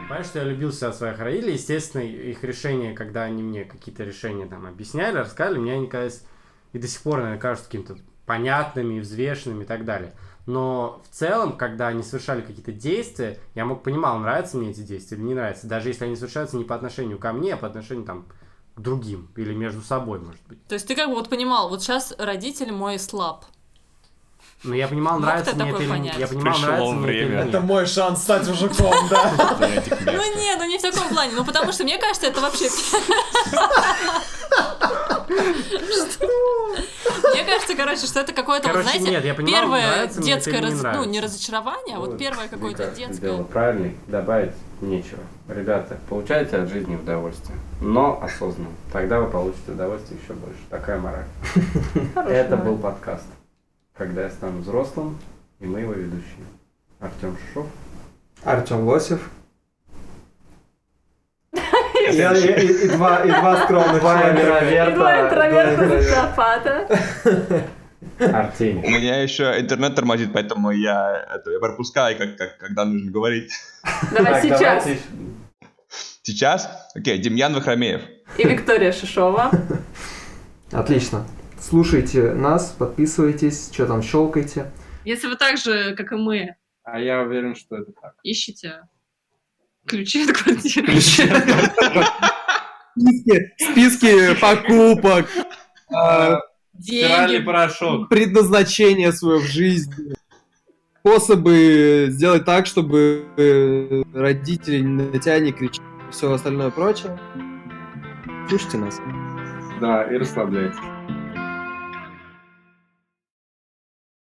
понимаю, что я любился от своих родителей. Естественно, их решения, когда они мне какие-то решения там объясняли, рассказали, мне они казались и до сих пор, наверное, кажутся какими-то понятными, взвешенными и так далее. Но в целом, когда они совершали какие-то действия, я мог понимал, нравятся мне эти действия или не нравятся. Даже если они совершаются не по отношению ко мне, а по отношению там к другим или между собой, может быть. То есть ты как бы вот понимал, вот сейчас родитель мой слаб. Но я понимал, Мог нравится ты мне это такое или нет. Я понять? понимал, Пришло нравится мне это время. или Это нет. мой шанс стать мужиком, да. до этих мест. Ну не, ну не в таком плане. Ну потому что, мне кажется, это вообще... Мне кажется, короче, что это какое-то, вот, Короче, нет, я знаете, понимал, первое нравится мне это детское или не раз- ну, нравится. не разочарование, а вот первое какое-то детское. правильный, добавить нечего. Ребята, получайте от жизни удовольствие, но осознанно. Тогда вы получите удовольствие еще больше. Такая мораль. Это был подкаст. Когда я стану взрослым, и мы его ведущие. Артем Шишов. Артем Лосев. И, и- и- и два, и два скромных человека. И два интроверта социопата. Артемий. У меня еще интернет тормозит, поэтому я, это, я пропускаю, как, как- когда нужно говорить. Давай А Так, сейчас. давайте Сейчас, окей, Демьян Вахромеев. И Виктория Шишова. Отлично. Слушайте нас, подписывайтесь, что там щелкайте. Если вы так же, как и мы, А я уверен, что это так. ищете ключи от квартиры. списки, списки покупок, э, Деньги. порошок. предназначение свое в жизни, способы сделать так, чтобы э, родители на тебя не кричали, все остальное прочее. Слушайте нас. Да, и расслабляйтесь.